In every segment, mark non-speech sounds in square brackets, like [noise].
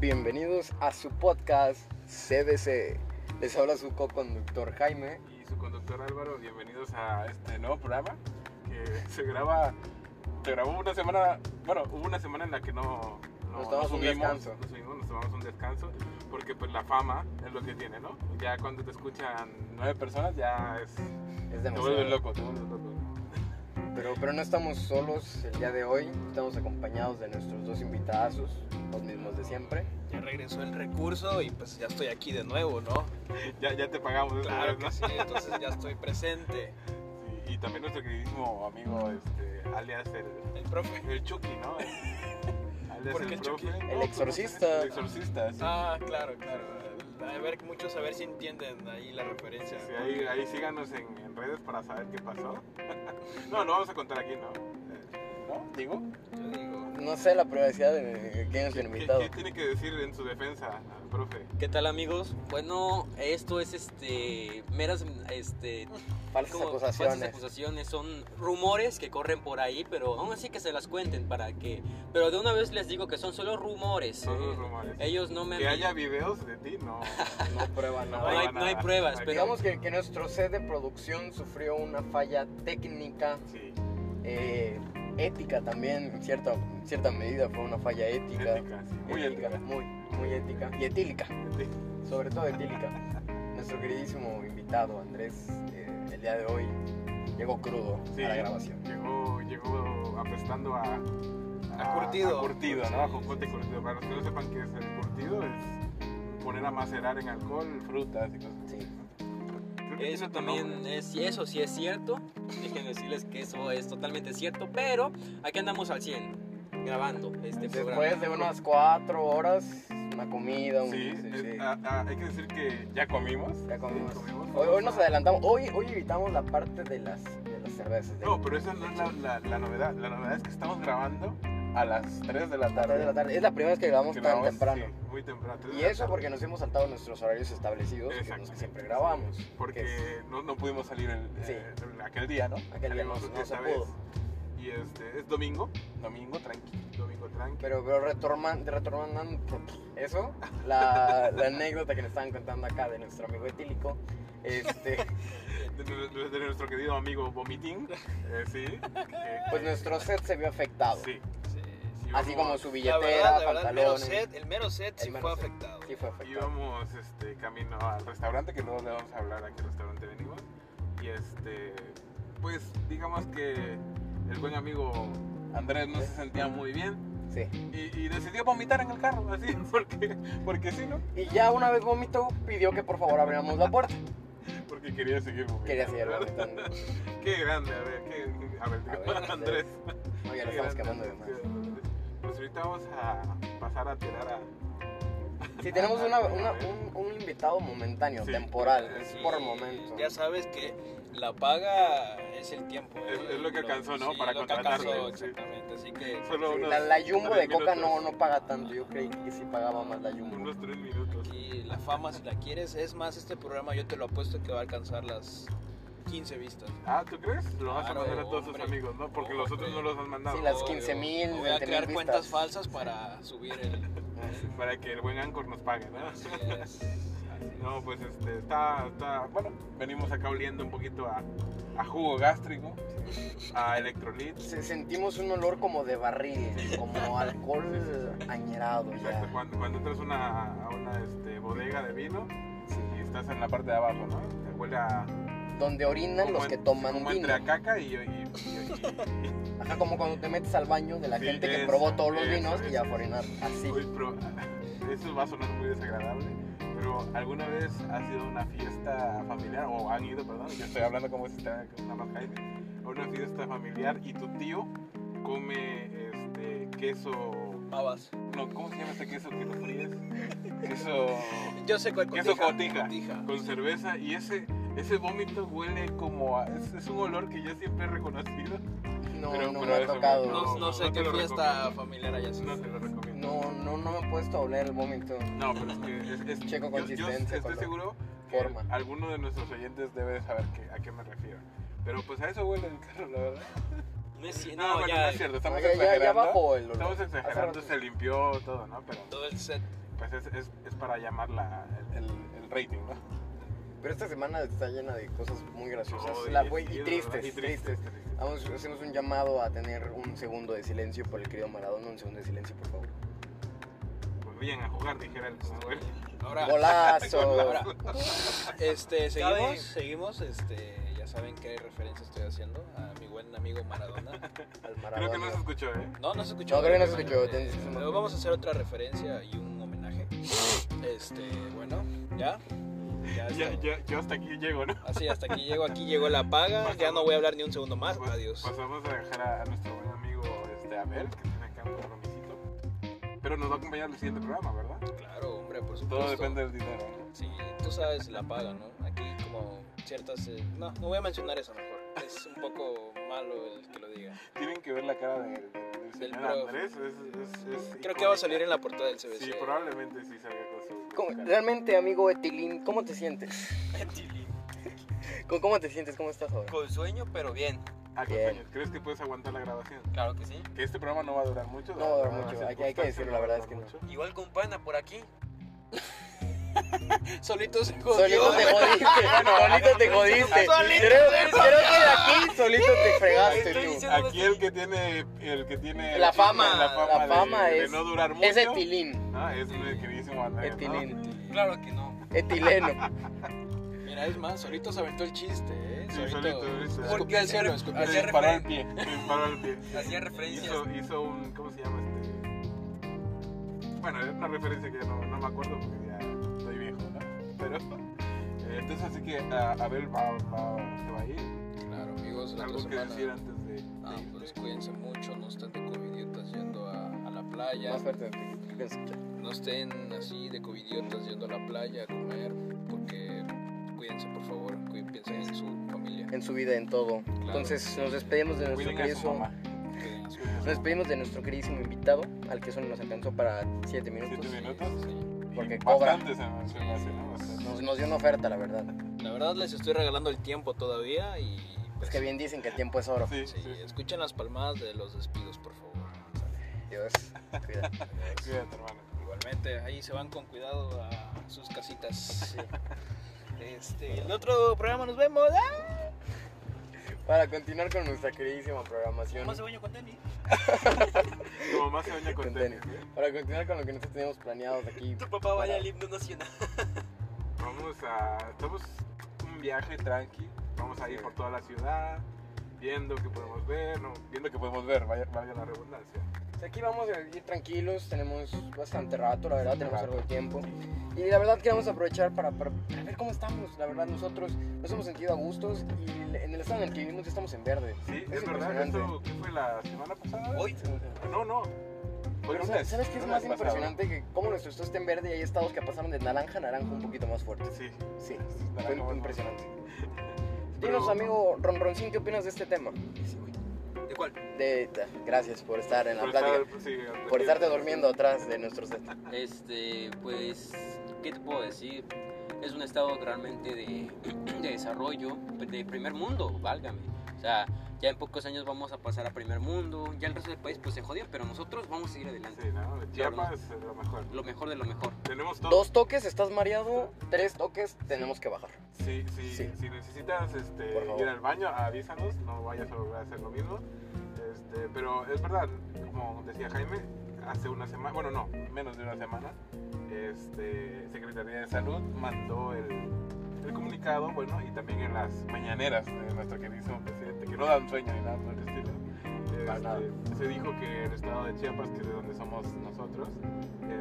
Bienvenidos a su podcast CBC. Les habla su co-conductor Jaime. y su conductor Álvaro, bienvenidos a este nuevo programa que [laughs] se graba, se grabó una semana, bueno, hubo una semana en la que no, no, Nos tomamos no un subimos, descanso. no subimos, nos tomamos un descanso, porque pues la fama es lo que tiene, ¿no? Ya cuando te escuchan nueve personas ya es, te Es vuelves demasiado. loco, te vuelves loco. Pero, pero no estamos solos el día de hoy. Estamos acompañados de nuestros dos invitadazos, los mismos de siempre. Ya regresó el recurso y pues ya estoy aquí de nuevo, ¿no? Ya, ya te pagamos esta Claro vez, ¿no? que sí, entonces ya estoy presente. Sí, y también nuestro queridísimo amigo, este, alias el, El profe. el Chucky, [laughs] ¿no? alias ¿Por qué el Chucky? profe. No, pues, no El sé, exorcista. El exorcista, sí. Ah, claro, claro. A ver, muchos a ver si entienden ahí la referencia. Sí, ahí, ahí síganos en, en redes para saber qué pasó. [laughs] no, no vamos a contar aquí, ¿no? Eh, ¿No? ¿Digo? Yo digo, No sé la privacidad de quién es el ¿Qué, invitado. qué tiene que decir en su defensa, profe? ¿Qué tal amigos? Bueno, esto es este meras este Falsas como falsas acusaciones. acusaciones, son rumores que corren por ahí, pero aún así que se las cuenten para que pero de una vez les digo que son solo rumores. Son los eh, rumores. Ellos no me que han- haya videos de ti, [laughs] no. No prueba No hay- nada. prueba no hay nada. pruebas, Ay, pero- Digamos que, que nuestro set de producción sufrió una falla técnica, Sí, eh, ética también, en cierta, en cierta medida fue una falla ética. ética, sí, Muy Ética, ética. Muy, muy ética. Y etílica. Sí. sobre todo etílica. Nuestro queridísimo invitado Andrés, eh, el día de hoy llegó crudo Sí. a la grabación. Llegó, llegó apestando a, A curtido. A curtido, ¿no? A jocote curtido. Para los que no sepan qué es el curtido, es poner a macerar en alcohol frutas y cosas. Sí. Creo que tiene Eso otro también nombre. es, y eso sí es cierto. [laughs] Déjenme decirles que eso es totalmente cierto, pero aquí andamos al 100 grabando este Después programa. de unas cuatro horas, una comida, un... Sí, sí, es- sí. a- a- hay que decir que ya comimos. Ya comimos. Sí, comimos. Hoy, hoy nos adelantamos, hoy, hoy evitamos la parte de las, de las cervezas. de- No, pero esa no es la, la- la novedad. La novedad es que estamos grabando a las 3 de la a las tarde. tres de la tarde. Es la primera vez que grabamos Que tan grabamos, temprano. sí, muy temprano. tres de Y la eso tarde. porque nos hemos saltado nuestros horarios establecidos, que son los Exacto. que siempre grabamos. Porque que es- no, no pudimos salir el, Sí. eh, aquel día, ¿no? Aquel día no- Salimos no se esta pudo. vez. Y este, es domingo. Domingo tranqui. Domingo tranqui. Pero, pero retorman- retornando eso, la, la anécdota que le estaban contando acá de nuestro amigo etílico, este, De, de- de nuestro querido amigo Vomitín. eh, sí. [laughs] que- pues nuestro set se vio afectado. Sí. Sí, sí. Así íbamos- como su La billetera, verdad, la verdad, el mero pantalones. set, el mero set sí El mero fue set. afectado. Sí fue afectado. íbamos este, camino al restaurante, que luego le vamos a hablar a qué restaurante venimos. Y este, pues digamos que el buen amigo Andrés no se sentía muy bien Sí. y, y decidió vomitar en el carro, así, [laughs] porque, porque sí, ¿no? Y ya una vez vomitó, pidió que por favor abriéramos la puerta. Porque quería seguir vomitando. Quería seguir ¿verdad? vomitando. [laughs] Qué grande, a ver, qué, a ver, A [laughs] ver, Andrés. No, ya qué lo estamos grande, quemando de más. Andrés, Pues ahorita vamos a pasar a tirar a... Sí, tenemos una- una- un, un invitado momentáneo, Sí. temporal, es Sí, por momento. Ya sabes que la paga es el tiempo. Es- ¿eh? es lo que alcanzó, ¿no? Sí, Para es lo que contratarte, alcanzó, sí. Exactamente, así que Solo Sí, unos la, la jumbo de tres coca no, minutos. no paga tanto, yo creí que sí pagaba más la jumbo. Unos tres minutos. Y la fama, si la quieres, es más, este programa yo te lo apuesto que va a alcanzar las 15 vistas. Ah, ¿tú crees? Lo vas a Claro, mandar a todos tus hombre. amigos, ¿no? Porque los otros no Hombre. los has mandado. Sí, las Obvio. 15,000, O Voy a 20,000 crear cuentas vistas. falsas para subir el. Para que el buen Anchor nos pague, ¿no? [laughs] Así es, así es. No, pues este, está, está, bueno, venimos acá oliendo un poquito a, a jugo gástrico, a electrolit. Se- sentimos un olor como de barril, [laughs] como alcohol añerado Exacto, ya. cuando, cuando entras una, a una este, bodega de vino y estás en la parte de abajo, ¿no? Te huele a... Donde orinan como los que en- toman Como vino. entre a caca y... y- y- y- Ajá, como cuando te metes al baño de la Sí, gente que eso, probó todos los eso, vinos y eso, ya eso. fue a orinar. Así. Uy, pero [laughs] eso va a sonar muy desagradable, pero ¿alguna vez ha sido una fiesta familiar, o han ido, perdón, yo estoy hablando como si está nada más Jaime, a una fiesta familiar y tu tío come este queso, Babas. no, ¿cómo se llama este queso que lo fríes? Queso Yo sé cuál Queso cotija. cotija. con cerveza y ese... Ese vómito huele como a, es, es un olor que yo siempre he reconocido. No, Pero- no pero me ha eso, tocado. no. No, no sé te qué lo fiesta recomiendo. familiar haya No sido. te lo recomiendo. No, no, no me he puesto a oler el vómito. No, pero es que es, es- Checo yo- yo, consistencia, estoy color, seguro que forma. alguno de nuestros oyentes debe de saber que- a qué me refiero. Pero pues a eso huele el carro, la verdad. No es ci- No, no, bueno, ya no es cierto, estamos Ya- ya, ya exagerando. bajó el olor. Estamos Hace exagerando, rato. se limpió todo, ¿no? Pero Todo el set. pues es, es, es para llamar la, el, el- el rating, ¿no? Pero esta semana está llena de cosas muy graciosas Oh, La- es- güey, y, es tristes, verdad, y tristes. Vamos, hacemos un llamado a tener un segundo de silencio por el querido Maradona. Un segundo de silencio, por [laughs] favor. Volvían Pues, a jugar, dijera el Manuel. Ahora, ¡Golazo! ahora, este, seguimos, Cabe- seguimos, este, ya saben qué referencia estoy haciendo a mi buen amigo Maradona. Al Creo que no Maradona. se escuchó, ¿eh? No, no se escuchó. No, creo que no se escuchó, Eh, tienes que hacer una- luego vamos a hacer otra referencia y un homenaje. Este, bueno, ya. Ya, Ya, estamos. ya- yo hasta aquí llego, ¿no? Así, hasta aquí llego, aquí llegó la paga, ya no voy a hablar ni un segundo más, Pues- adiós. Pues vamos a dejar a nuestro buen amigo este, Abel, que tiene acá un compromisito. Pero nos va a acompañar el siguiente programa, ¿verdad? Claro, hombre, por supuesto. Todo depende del dinero, ¿no? Sí, tú sabes la paga, ¿no? Aquí como ciertas... eh, no, no voy a mencionar eso mejor. Es un poco malo el que lo diga. Tienen que ver la cara del, del señor profe. Andrés. Es, es- es Creo que va a icónica. salir en la portada del CBC. Sí, probablemente sí salga con ¿Cómo- su. con su cara. Realmente, amigo Etilín, ¿cómo te sientes? [laughs] ¿Cómo- ¿Cómo te sientes? ¿Cómo estás ahora? Con sueño, pero bien. Ah, con Bien. sueño. ¿Crees que puedes aguantar la grabación? Claro que sí. Que este programa no va a durar mucho. pues, No va a durar dadas mucho, las hay que- hay que circunstancias, decirlo, no la va a verdad es que durar no. mucho. Igual con pana [laughs] por aquí. Solito se Solito te [laughs] jodiste, solito te jodiste. Solito Creo, te- creo que de aquí solito te fregaste Estoy tú. diciendo- Aquí el que tiene. El que tiene La fama, la de- fama de es- no durar mucho. Es Etilín, Ah, es el queridísimo Andrés. ¿no? Etilín, Claro que no. etileno. [laughs] Mira, es más, solito se aventó el chiste, ¿eh? Sí, solito, ¿viste? Porque al cielo, Ah, escupió Hacía disparó al referen- pie. Disparó al pie. Hacía referencias. Hizo, hizo un. ¿Cómo se llama este? Bueno, es una referencia que ya no, no me acuerdo porque ya estoy viejo, ¿no? Pero. [laughs] eh, Entonces, así que a, a ver, va, va, se va a ir. Claro, amigos, la otra Algo que semana... decir antes de. Ah, de irte? pues cuídense mucho, no estén de covidiotas yendo a, a la playa, Más fuerte, creo que se escucha. no estén así de covidiotas yendo a la playa a comer, porque cuídense por favor, cuí- piensen en su familia. en su vida, en todo. Entonces nos despedimos de nuestro Cuiden a su querido, mamá. Cuiden a su- nos despedimos de nuestro queridísimo invitado, al que solo nos alcanzó para 7 pues, minutos. Siete minutos. Sí. Porque Y cobra. bastante se me- se me hace, ¿no? Bastante. Nos, nos dio una oferta, la verdad. La verdad les estoy regalando el tiempo todavía y Es pues, que bien dicen que el tiempo es oro. Sí, sí, sí, sí. escuchen las palmadas de los despidos por favor. Dios, cuida. Cuídate, hermano. Igualmente, ahí se van con cuidado a sus casitas. [laughs] Este, el otro programa nos vemos. ¡Ah! Para continuar con nuestra queridísima programación, Más de baño con tenis. Tu mamá se baña con Con tenis. ¿eh? tenis. para continuar con lo que nosotros teníamos planeados aquí. Tu papá vaya para- al himno nacional. Vamos a. Estamos un viaje tranqui. Vamos a ir por toda la ciudad. Viendo qué podemos ver. no, viendo qué podemos ver, vaya, valga la redundancia. O sea, pues, Aquí vamos a ir tranquilos, tenemos bastante rato, la verdad, tenemos algo de tiempo. Y la verdad queremos aprovechar para, para- para ver cómo estamos. La verdad, nosotros nos hemos sentido a gustos y en el estado en el que vivimos ya estamos en verde. Sí, es, Es verdad. impresionante. ¿Esto qué fue la semana pasada? Hoy. No, no. Fue Pero lunes, ¿sabes, ¿sabes qué es lunes más pasado. impresionante? Que cómo nuestro estado está en verde y hay estados que pasaron de naranja a naranja un poquito más fuerte. Sí. Sí, naranja fue más impresionante. Pero- Dinos, amigo Ronroncín, ¿qué opinas de este tema? ¿De cuál? De, de- gracias por estar en la Por plática, estar- sí, por estarte durmiendo atrás de nuestros set. Este, pues, ¿qué te puedo decir? Es un estado realmente de, [clears throat] de desarrollo, pues, de primer mundo, válgame. O sea, ya en pocos años vamos a pasar a primer mundo, ya el resto del país pues se jodió, pero nosotros vamos a seguir adelante. Sí, ¿no? Chiapas, lo mejor. Lo mejor de lo mejor. Tenemos todo. Dos toques, estás mareado. Tres toques, tenemos que bajar. Sí, sí, Sí. si necesitas este, Por favor. ir al baño, avísanos, no vayas a volver a hacer lo mismo. Este, pero es verdad, como decía Jaime, hace una semana, bueno, no, menos de una semana, este, Secretaría de Salud mandó el, el comunicado, bueno, y también en las mañaneras de nuestro queridísimo presidente, que no dan sueño ni nada por el estilo. Para nada. este, se dijo que el estado de Chiapas, que es de donde somos nosotros,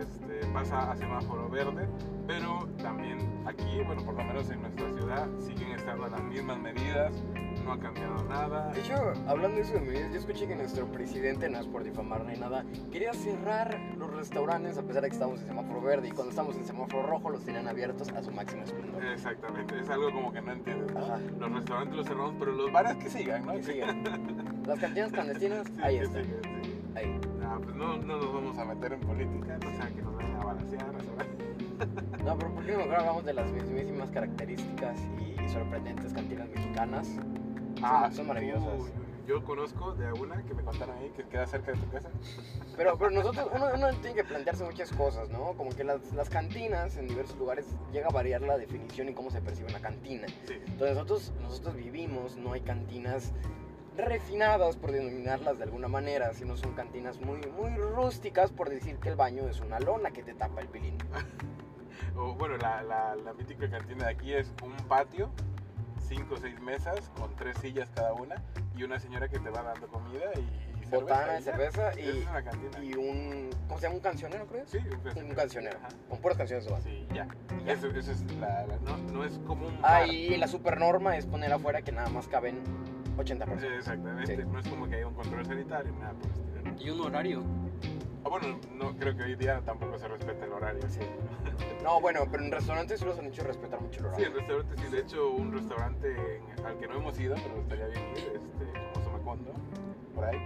este, pasa a semáforo verde, pero también aquí, bueno, por lo menos en nuestra ciudad, siguen estando las mismas medidas, no ha cambiado nada. De hecho, hablando de eso de medidas, yo escuché que nuestro presidente, no es por difamar ni nada, quería cerrar los restaurantes a pesar de que estábamos en semáforo verde y cuando estamos en semáforo rojo los tenían abiertos a su máximo esplendor. Exactamente, es algo como que no entiendes. ¿no? Ajá, Los restaurantes los cerramos, pero los bares que sigan, ¿no? que sigan. Las cantinas clandestinas, Sí, ahí que están. sigan, sí. Ahí. Ah, pues no, no nos vamos a meter en política, no sea que nos vayan a balancear. No, pero ¿por qué no mejor hablamos de las mismísimas características y sorprendentes cantinas mexicanas? Ah, son maravillosas. uy, uy. yo conozco de alguna que me contaron ahí que queda cerca de tu casa. Pero, pero nosotros, uno, uno tiene que plantearse muchas cosas, ¿no? Como que las, las cantinas en diversos lugares llega a variar la definición y cómo se percibe una cantina. Sí. Entonces nosotros, nosotros vivimos, no hay cantinas refinadas por denominarlas de alguna manera, sino son cantinas muy, muy rústicas por decir que el baño es una lona que te tapa el pilín. O, bueno, la, la, la mítica cantina de aquí es un patio, cinco o seis mesas con tres sillas cada una y una señora que te va dando comida y, y cerveza. Botana y de ya. cerveza Esa es y, una cantina. y un... ¿Cómo se llama? ¿Un cancionero, creo? sí, un cancionero. Un cancionero, Ajá. con puras canciones de banda. Sí, ya. Ya. Eso, eso es la, la- no, no es como un bar. Ahí la super norma es poner afuera que nada más caben 80 Sí, personas. Exactamente, Sí. no es como que haya un control sanitario, nada por el estilo, ¿no? Y un horario. Ah, bueno, no creo que hoy día tampoco se respeta el horario. Sí. No, bueno, pero en restaurantes sí los han hecho respetar mucho el Sí, horario. en restaurantes, sí. De hecho, un restaurante en- al que no hemos ido, pero estaría bien ir, este, como Somacondo, por ahí,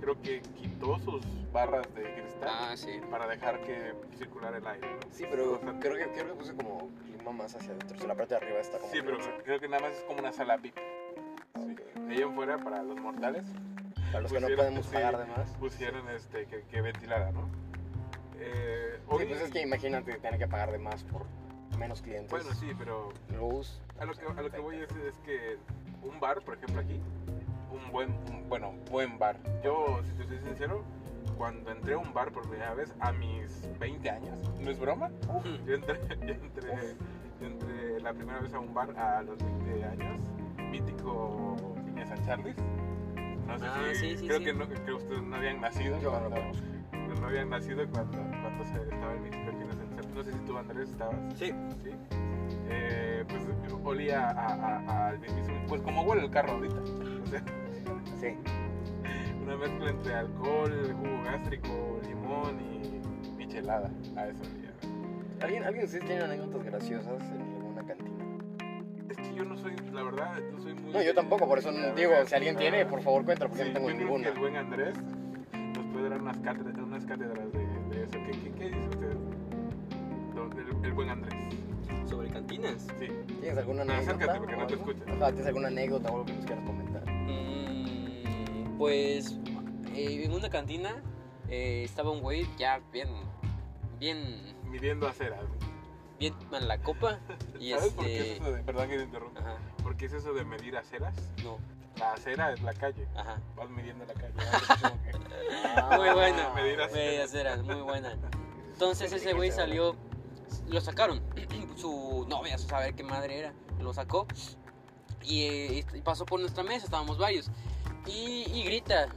creo que quitó sus barras de cristal Ah, sí. para dejar que circulara el aire, ¿no? Sí, pero Bastante. creo que, creo que puse como clima más hacia adentro. O sea, la parte de arriba está como... Sí, pero relax. creo que nada más es como una sala VIP. Sí. De ahí en fuera, para los mortales, Para los que no pusieron- podemos sí. pagar de más. pusieron este, que, que ventilara, ¿no? Eh, Sí, hoy- pues es que imagínate tener que pagar de más por menos clientes. Bueno, sí, pero Luz. a lo que, a lo que voy es, es que un bar, por ejemplo, aquí, un buen, un- bueno, buen bar. Yo, si te soy sincero, cuando entré a un bar por primera vez a mis 20 años, no es broma, yo entré, [laughs] yo entré, yo entré la primera vez a un bar a los 20 años, mítico Viña San Charles. No sé Ah, si, sí, sí, creo sí. que no, que ustedes no habían nacido Yo no cuando, lo conozco. no habían nacido cuando, cuando se estaba el mítico Viña San Charles. No sé si tú Andrés estabas. Sí. ¿sí? Eh, pues olía a, a- al mismísimo, pues como huele el carro ahorita. O sea, [laughs] Sí. una mezcla entre alcohol, jugo gástrico, limón y michelada. A eso olía. ¿Alguien, ¿Alguien de ustedes tiene anécdotas graciosas en alguna cantina? Es que yo no soy, la verdad, no soy muy. No, yo tampoco, por eso Pues La no digo, verdad, si alguien tiene, ah, por favor cuéntalo, sí, porque yo no tengo yo creo que ninguna. el buen Andrés nos puede dar unas cátedras, unas cátedras de, de eso. ¿Qué, qué, qué dice usted? Don- El, el buen Andrés. Sobre cantinas. Sí. ¿Tienes alguna anécdota? Acércate, porque o no te algo? escucho. Ajá, ¿tienes alguna anécdota o algo que nos quieras comentar? Mm, pues eh, en una cantina eh, estaba un güey ya bien, bien, Midiendo acera. bien en la [laughs] copa. Y ¿Sabes por qué es este. eso de, perdón que te interrumpa, Ajá, por qué es eso de medir aceras? no, La acera es la calle. ajá. Vas midiendo la calle. vas como que- [laughs] Muy buena. Ah, Me dirás. Güey, acera, muy buena. Entonces ese güey salió, lo sacaron, [clears throat] su novia, a saber qué madre era, lo sacó y, eh, y pasó por nuestra mesa, estábamos varios, y, y grita,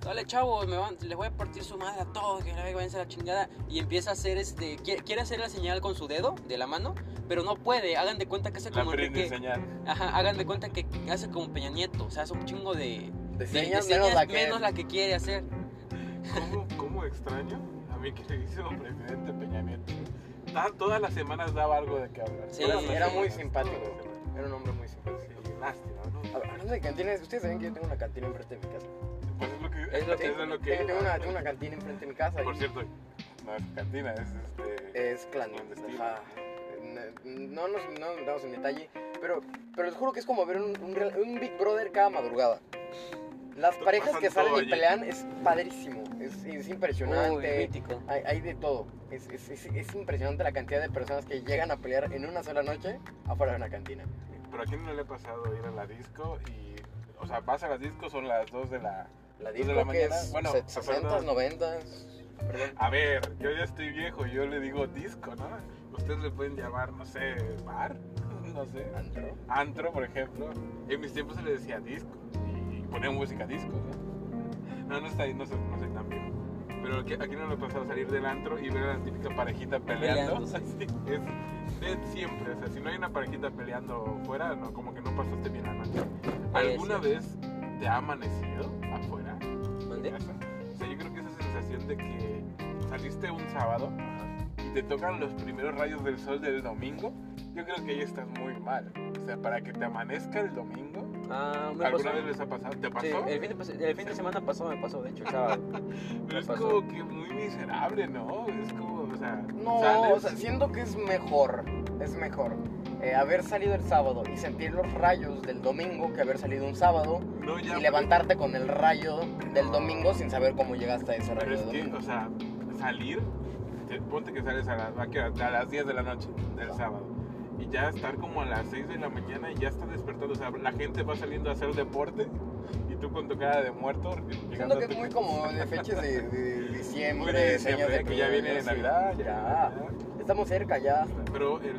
dale chavos, me van, les voy a partir su madre a todos, que la verga, váyanse a la chingada, y empieza a hacer este, quiere, quiere hacer la señal con su dedo de la mano, pero no puede, hagan de cuenta que hace La como prende Enrique, señal. ajá, hagan de cuenta que hace como Peña Nieto, o sea, hace un chingo De de, de- de señas, señas menos la que... menos la que quiere hacer. ¿Cómo, cómo extraño a mi queridísimo presidente Peña Nieto? Ta- Todas las semanas daba algo de qué hablar. Sí, Todas las era muy semanas, simpático. todas las semanas. Era un hombre muy simpático. Sí, lástima, ¿no? A ver, Hablando de cantinas, ustedes saben que yo tengo una cantina enfrente de mi casa. Pues es lo que. Es lo que- eso es lo que- Tengo, tengo una, tengo una cantina enfrente de mi casa. Por y- cierto, no es cantina, es este. Es clandestino. Clandestino. Ajá. No nos no entramos en detalle, pero, pero les juro que es como ver un, un real- un Big Brother cada madrugada. Las Está parejas que salen pasando todo y allí. pelean es padrísimo, es, es Uy, impresionante. mítico. hay, hay de todo. Es, es- es- es impresionante la cantidad de personas que llegan a pelear en una sola noche afuera de una cantina. Pero a quién no le ha pasado ir a la disco y. O sea, vas a las discos, son las 2 de la. La Dos de disco la que mañana. es Bueno, se- 60s, perdón. 90s. Perdón. A ver, yo ya estoy viejo, yo le digo disco, ¿no? Ustedes le pueden llamar, no sé, bar, [laughs] no sé, Antro. antro, por ejemplo. En mis tiempos se le decía disco y ponían música disco, ¿no? No, no está ahí, no soy, no soy tan viejo. Pero aquí, aquí no nos pasaba salir del antro y ver a la típica parejita peleando. [laughs] Peleando, Así es, es siempre, o sea, si no hay una parejita peleando fuera, no, como que no pasaste bien la noche. ¿Alguna sí. vez te ha amanecido afuera? [laughs] ¿Mande? casa. O sea, yo creo que esa sensación de que saliste un sábado y te tocan los primeros rayos del sol del domingo, yo creo que ahí estás muy mal. O sea, para que te amanezca el domingo, Ah, me ¿alguna pasó. vez les ha pasado? ¿Te Sí, eh, pasó? el fin, de, pas- el fin de semana pasado me pasó, de hecho, el sábado. Pero es pasó. como que muy miserable, ¿no? Es como, o sea, No, sales- o sea, siento que es mejor. Es mejor. eh, haber salido el sábado y sentir los rayos del domingo que haber salido un sábado No, ya. y levantarte con el rayo del No. domingo sin saber cómo llegaste a ese Pero rayo es del que, domingo. o sea, salir, te- ponte que sales a, la- ¿a qué hora? A las 10 de la noche del sábado. Y ya estar como a las 6 de la mañana y ya está despertando. O sea, la gente va saliendo a hacer deporte y tú con tu cara de muerto. Siento llegando que a tu- es muy como de fechas de, [laughs] de Muy diciembre, de señas diciembre, de que ya viene sí. Navidad. ya Ya, viene Navidad. estamos cerca ya. Pero el, el-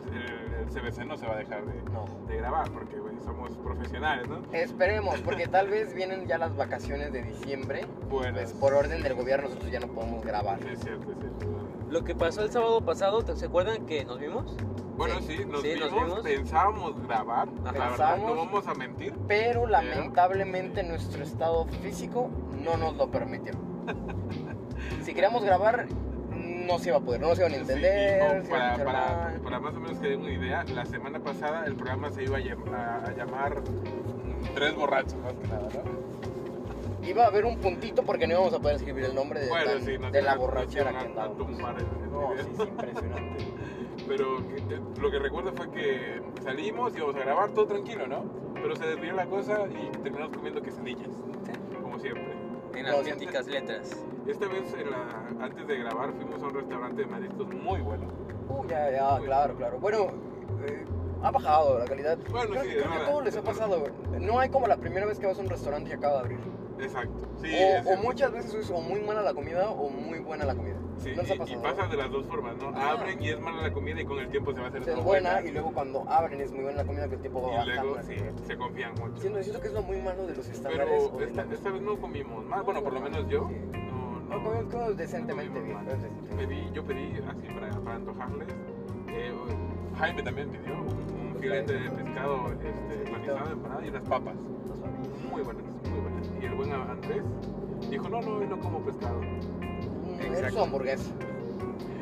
el CBC no se va a dejar de, No. de grabar porque güey, somos profesionales, ¿no? Esperemos, porque tal vez vienen ya las vacaciones de [laughs] diciembre. Bueno, Pues por orden del gobierno nosotros ya no podemos grabar. Sí, es cierto, es cierto. Lo que pasó el sábado pasado, ¿te- ¿se acuerdan que nos vimos? Bueno, Sí. sí, nos, Sí, nos vimos, vimos. pensábamos grabar, la verdad, Pensábamos. no vamos a mentir. Pero lamentablemente nuestro estado físico no nos lo permitió. Si queríamos grabar, no se iba a poder, no nos iban a Sí, y entender. como se iban a para, escuchar para- mal. para más o menos que den una idea, la semana pasada el programa se iba a, llam- a- a llamar mm, Tres Borrachos, más que nada, ¿no? Iba a haber un puntito porque no íbamos a poder escribir el nombre de, Bueno, tan- sí, nos de la iban- nos borrachera iban a- que a andaba. tumbar el- el No, video. sí, es impresionante. Pero que te- lo que recuerdo fue que salimos, íbamos a grabar, todo tranquilo, ¿no? Pero se desvió la cosa y terminamos comiendo quesadillas, como siempre. En Lo las siento. míticas letras. Esta vez, en la- antes de grabar, fuimos a un restaurante de mariscos muy bueno. Uh, ya, Pues ya, claro, claro. Bueno, eh, ha bajado la calidad. Bueno, creo sí, que- creo es que a verdad, todos les es ha pasado. güey. No hay como la primera vez que vas a un restaurante y acaba de abrir. Exacto. o, Sí, es o cierto. muchas veces es o muy mala la comida o muy buena la comida. Sí, ¿No les ha y, y pasado? pasa de las dos formas, ¿no? Ah. Abren y es mala la comida y con el tiempo se va a hacer O sea, es todo buena y luego cuando abren es muy buena la comida que el tipo va y bajando. luego sí, se confían mucho. Siento, siento que es lo muy malo de los estándares. o Pero de esta, la- esta vez no comimos mal, bueno, por lo menos yo. Sí. No, no, No, comemos cosas no decentemente comimos bien. mal. cosas decentemente. Pedí, yo pedí así para, para antojarles. eh, Jaime también pidió un, un filete de pescado este, empanizado, empanado y unas papas. Muy buenas, muy buenas. Y el buen Andrés dijo, no, no, hoy no como pescado. Mm, Exacto. Es su hamburguesa.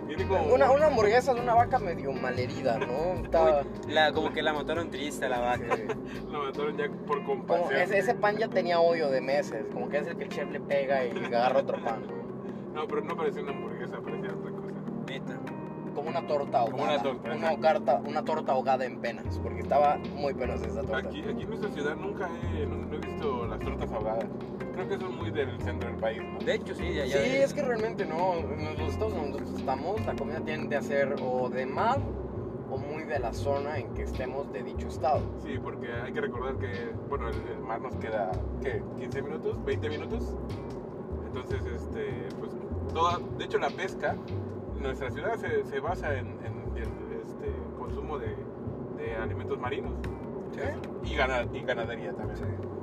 Tiene como Una, una hamburguesa de una vaca medio malherida, [laughs] ¿no? Está- La, como que la mataron triste a la vaca. sí. Lo mataron ya por Como compasión. ese, ese pan ya tenía hoyo de meses, como que es el que el chef le pega y agarra otro pan, No, pero no parecía una hamburguesa, parecía otra cosa. Neta. como una torta ahogada, Como una torta, una, exacto. carta, una torta ahogada en penas, porque estaba muy penosa esa torta. Aquí, aquí en nuestra ciudad nunca he, no, no he visto las tortas ahogadas. Creo que son muy del centro del país, ¿no? De hecho, sí, de Sí, allá. de- es que realmente no, en los estados donde nosotros estamos, la comida tiende a ser o de mar o muy de la zona en que estemos de dicho estado. Sí, porque hay que recordar que, bueno, el, el mar nos queda, ¿qué? ¿15 minutos? ¿20 minutos? Entonces, este, pues, toda, de hecho la pesca, nuestra ciudad se, se basa en, en el este, consumo de, de alimentos marinos y, gana- y ganadería también.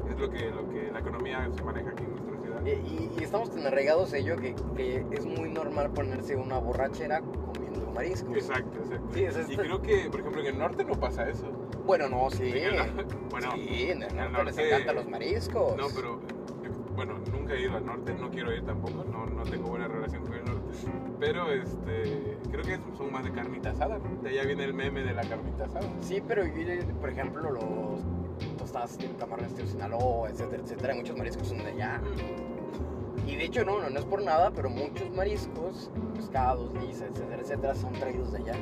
Es lo que, lo que la economía se maneja aquí en nuestra ciudad. Y, y- y estamos tan arraigados a ello que, que es muy normal ponerse una borrachera comiendo mariscos. Exacto, exacto. Sí, o sea, Y está- creo que, por ejemplo, en el norte no pasa eso. Bueno, no, sí. En [laughs] el nor- bueno, sí, en el norte, norte- les encantan los mariscos. no, pero yo- bueno, nunca he ido al norte, no quiero ir tampoco, no, no tengo buena relación con el norte. [laughs] Pero este, creo que son más de carnita asada, ¿no? De allá viene el meme de la carnita asada. Sí, pero yo, por ejemplo, los tostadas de camarones de Sinaloa, etcétera, etcétera, muchos mariscos son de allá. Y de hecho, no, no, no es por nada, pero muchos mariscos, pescados, lisas, etcétera, etcétera, son traídos de allá.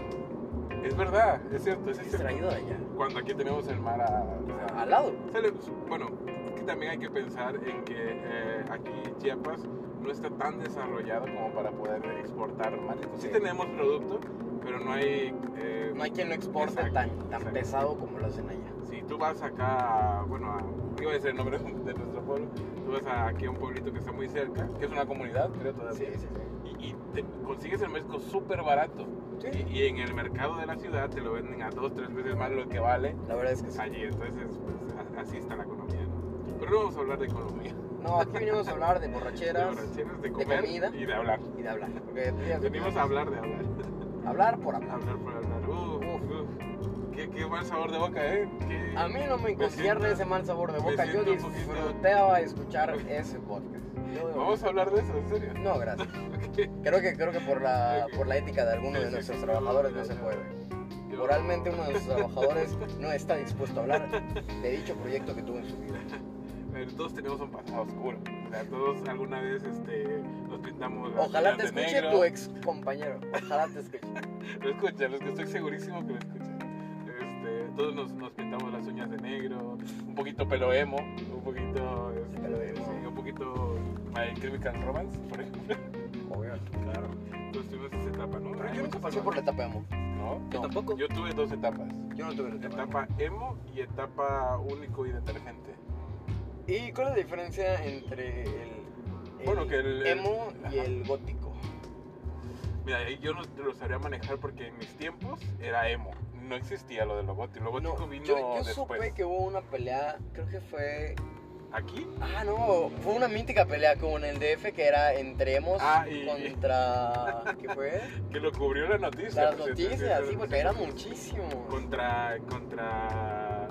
Es verdad, es cierto, es Es cierto. traído de allá. Cuando aquí tenemos el mar a- O sea, a- Al lado. sale- pues, bueno, es que también hay que pensar en que eh, aquí Chiapas no está tan desarrollado como para poder exportar mariscos. Sí, Sí. tenemos producto, pero no hay... eh, No hay quien lo exporte Exacto, tan, tan exacto. pesado como lo hacen allá. Si tú vas acá, bueno, a, iba a decir el nombre [laughs] de nuestro pueblo, tú vas a- aquí a un pueblito que está muy cerca, que es una comunidad, creo todavía, sí, sí. y, y te consigues el marisco súper barato. Sí. Y, y en el mercado de la ciudad te lo venden a dos, tres veces más lo que vale Ah. La verdad es que sí. allí. Entonces, pues, a- así está la economía, ¿no? Pero no vamos a hablar de economía, No, aquí venimos a hablar de [laughs] de borracheras borracheras, de comer comida. y de hablar. y de hablar. porque tú ya- Venimos a hablar de hablar. Hablar por hablar. Hablar por hablar. Uf, uf. Qué, qué mal sabor de boca, ¿eh? Qué- A mí no me Me concierne siento- ese mal sabor de me boca. Yo siento un poquito- disfrutaba escuchar ese podcast. Yo- Vamos a hablar de eso, en serio. No, [laughs] gracias. Creo que, creo que por, la, por la ética de alguno de Sí, nuestros sí, sí, trabajadores no, no se no, puede. Yo- Moralmente uno de [laughs] nuestros trabajadores no está dispuesto a hablar de dicho proyecto que tuvo en su vida. Pero todos tenemos un pasado oscuro. O sea, todos alguna vez este, nos pintamos las Ojalá uñas te de escuche negro. tu ex compañero. Ojalá te escuche. Lo escucha, lo escucha, estoy segurísimo que lo escucha. Este, todos nos, nos pintamos las uñas de negro, un poquito pelo emo, un poquito, este, Pelo emo. sí, un poquito My Chemical Romance, por ejemplo. Obvio. Claro. Entonces tuvimos esa etapa, ¿no? Pero Hay yo nunca muchas pasé por la etapas. etapa emo. No, Yo tampoco. yo tuve dos etapas. Yo no tuve la etapa emo. Etapa emo y etapa único y detergente. ¿Y cuál es la diferencia entre el, el Bueno, que el- el- emo y ajá. el gótico? Mira, ahí yo no te lo sabría manejar porque en mis tiempos era emo. No existía lo del logotipo. Lo gótico No, vino yo, yo después. supe que hubo una pelea, creo que fue... Aquí, Ah, no, fue una mítica pelea con el DF que era entre emos Ah, y- contra... ¿Qué [laughs] fue? que lo cubrió la noticia. Las pues, entonces, noticias, sí, entonces, porque era muchísimo. Contra. contra.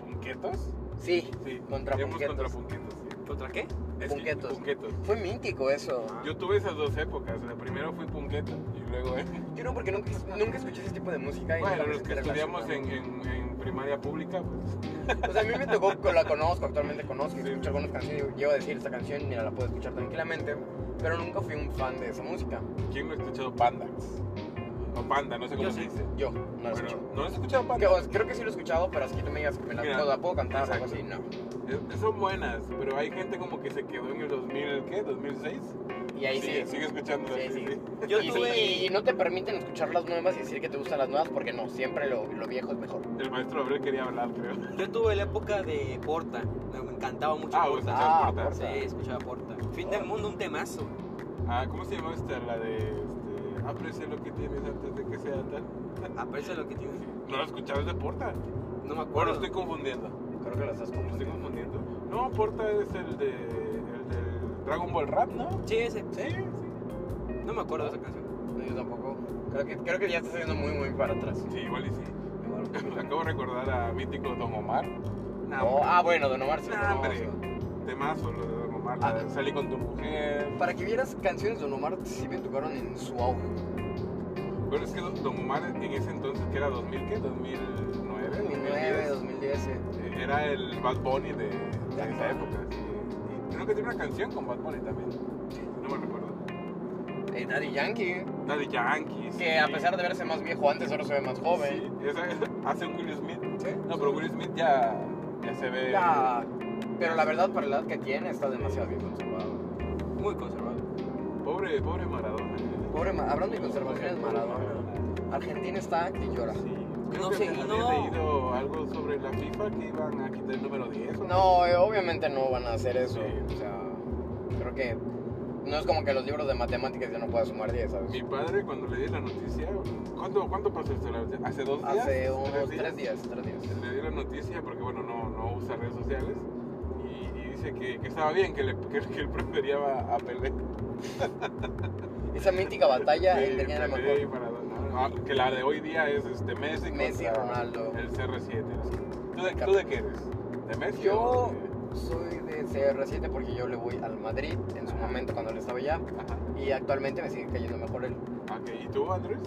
punquetos. Sí, Sí. Contra Emos contra punquetos. punquetos. sí. ¿Contra qué? Es que- Punquetos. Ah. punquetos. fue mítico eso. Yo tuve esas dos épocas. La primero fui punqueto y luego. eh, Yo no, porque nunca, nunca escuché ese tipo de música. y Bueno, nunca me los que sentí estudiamos en, relacionado. en- en primaria pública, pues. O sea, a mí me tocó, que la conozco, actualmente conozco, y Sí. escucho algunas canciones, llego a decir esta canción y mira, la puedo escuchar tranquilamente, pero nunca fui un fan de esa música. ¿Quién no ha escuchado Pandax? O Panda, no sé cómo Yo se sí. dice. Yo, no la Bueno, escucho. ¿no has escuchado Que, Panda? o sea, creo que sí lo he escuchado, pero así que tú me digas que me la, Mira, puedo- la puedo cantar o algo exacto. así, no. Eh, Son buenas, pero hay gente como que se quedó en el 2000, ¿qué? ¿2006? Y ahí sigue, sí. sigue escuchando. Sí, sí. Yo y, tuve. y- y no te permiten escuchar las nuevas y decir que te gustan las nuevas porque no, siempre lo, lo viejo es mejor. El maestro Abreu quería hablar, creo. Yo tuve la época de Porta. Me encantaba mucho Ah, Porta. escuchaba Ah, Porta. Sí, escuchaba Porta. Fin del mundo, un temazo. Ah, ¿cómo se llama esta? La de. Este, aprecia lo que tienes antes de que sea tal. Aprecia lo que tienes. No lo escuchabas de No Porta. me Bueno, acuerdo. estoy confundiendo. Creo que las estás Lo estoy confundiendo. confundiendo. No, Porta es el de. El del Dragon Ball Rap, ¿no? Sí, ese. Sí, sí. No me acuerdo de esa canción. No, yo tampoco. Creo que, creo que ya estás yendo muy, muy para atrás. Sí, igual y sí. Pues Acabo de recordar a mítico Don Omar. No, No, ah, bueno, Don Omar sí. Nah, no, hombre. o sea, Temazo, lo de Don Omar. la Ah. de Salí con tu mujer. Para que vieras canciones de Don Omar, sí me tocaron en su auge. Bueno, es que Don Don Omar en ese entonces, que era 2000, ¿qué? 2009, 2009, 2010. eh. Era el Bad Bunny de, de esa Ajá. época. sí. Y creo que tiene una canción con Bad Bunny también. No me recuerdo. Eh, Daddy Yankee, Daddy Yankee. sí. que a pesar de verse más viejo antes, ahora se ve más joven. Sí, esa- [laughs] hace un Will Smith. Sí. No, pero Will Smith ya, ya se ve. Ya, pero la verdad, para la edad que tiene, está demasiado bien conservado. muy conservado. Pobre, pobre Maradona. Pobre, Ma- hablando de conservación, es Maradona. Argentina está que llora. Sí. Creo No que sé, había no. leído algo sobre la FIFA que iban a quitar el número 10. ¿o No, eh, obviamente no van a hacer eso. Sí. O sea, creo que no es como que los libros de matemáticas ya no puedas sumar 10, ¿sabes? Mi padre, cuando le di la noticia, ¿cuánto, cuánto pasó esto? ¿Hace dos días? Hace unos ¿Tres días? tres días, tres días. Le di la noticia porque, bueno, no, no usa redes sociales. Y, y dice que, que estaba bien, que, le, que, que él prefería a, a Pelé. Esa mítica batalla Sí, entre quién era Pelé y mejor. Maradona. Ah, que la de hoy día es este, Messi, Messi, contra Ronaldo. El CR7. ¿Tú de, tú de qué eres? ¿De Messi? Yo- o de- Soy de CR7 porque yo le voy al Madrid en su momento cuando él estaba allá Ajá. y actualmente me sigue cayendo mejor él. Ok, ¿Y tú, Andrés?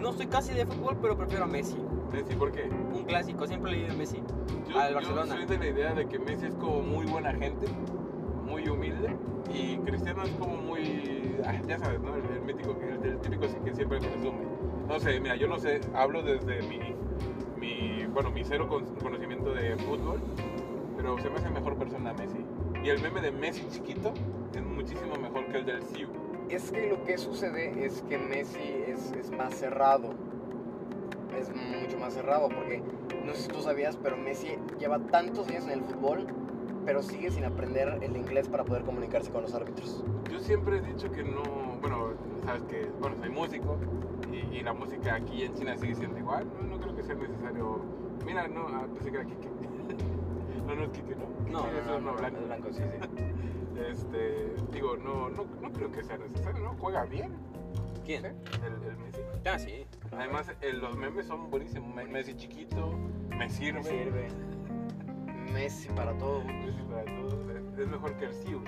No soy casi de fútbol, pero prefiero a Messi. Messi, ¿por qué? Un clásico, siempre le he ido a Messi. Yo, Al yo Barcelona. soy de la idea de que Messi es como muy buena gente, muy humilde, y Cristiano es como muy, ah, ya sabes, ¿no? El, el mítico, que- el, el típico que siempre presume. No sé, mira, yo no sé, hablo desde mi, mi bueno, mi cero con- conocimiento de fútbol, pero se me hace mejor persona Messi. Y el meme de Messi chiquito es muchísimo mejor que el del Siu. Es que lo que sucede es que Messi es, es más cerrado. Es mucho más cerrado porque no sé si tú sabías, pero Messi lleva tantos días en el fútbol, pero sigue sin aprender el inglés para poder comunicarse con los árbitros. Yo siempre he dicho que no, bueno, sabes que, bueno, soy músico y, y la música aquí en China sigue siendo igual, no, no creo que sea necesario. Mira, no, ah, pensé que era Kike. [laughs] No, no es Kike, ¿no? No, Kike es uno blanco. es blanco, sí, sí. [laughs] Este, digo, no, no, no creo que sea necesario, ¿no? Juega bien ¿Quién? el, el Messi. Ah, sí. Además, eh, los memes son buenísimos. Me- Messi chiquito, me sirve. Oh, Me sirve. Messi para todo. Messi para todos. Es- Es mejor que el Siu,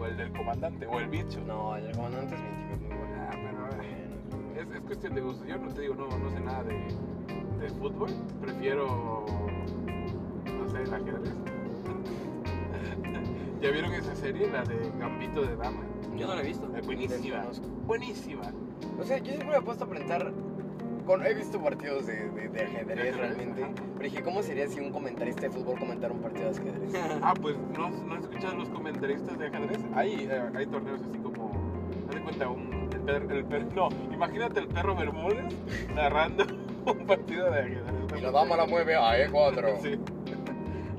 o el del comandante, o el bicho. No, el comandante es mítico, es muy bueno. Ah, pero, eh, Ah, Es, es cuestión de gusto. Yo no te digo, no, no sé nada de, de fútbol. Prefiero, no sé, el ajedrez. [laughs] ¿Ya vieron esa serie, la de Gambito de Dama? Yo no la he visto. Ah, Es buenísima. Desconozco. [laughs] Buenísima. O sea, yo siempre me he puesto a pensar con- he visto partidos de, de- de ajedrez Ajá. realmente. Pero dije, ¿cómo sería si un comentarista de fútbol comentara un partido de ajedrez? Ah, pues no, no escuchas los comentaristas de ajedrez. Hay, eh, hay torneos así como. Haz de cuenta, un, el perro. El per- no, imagínate el perro Bermúdez narrando [laughs] un partido de ajedrez. Y la dama la mueve a E E4. Sí. [laughs]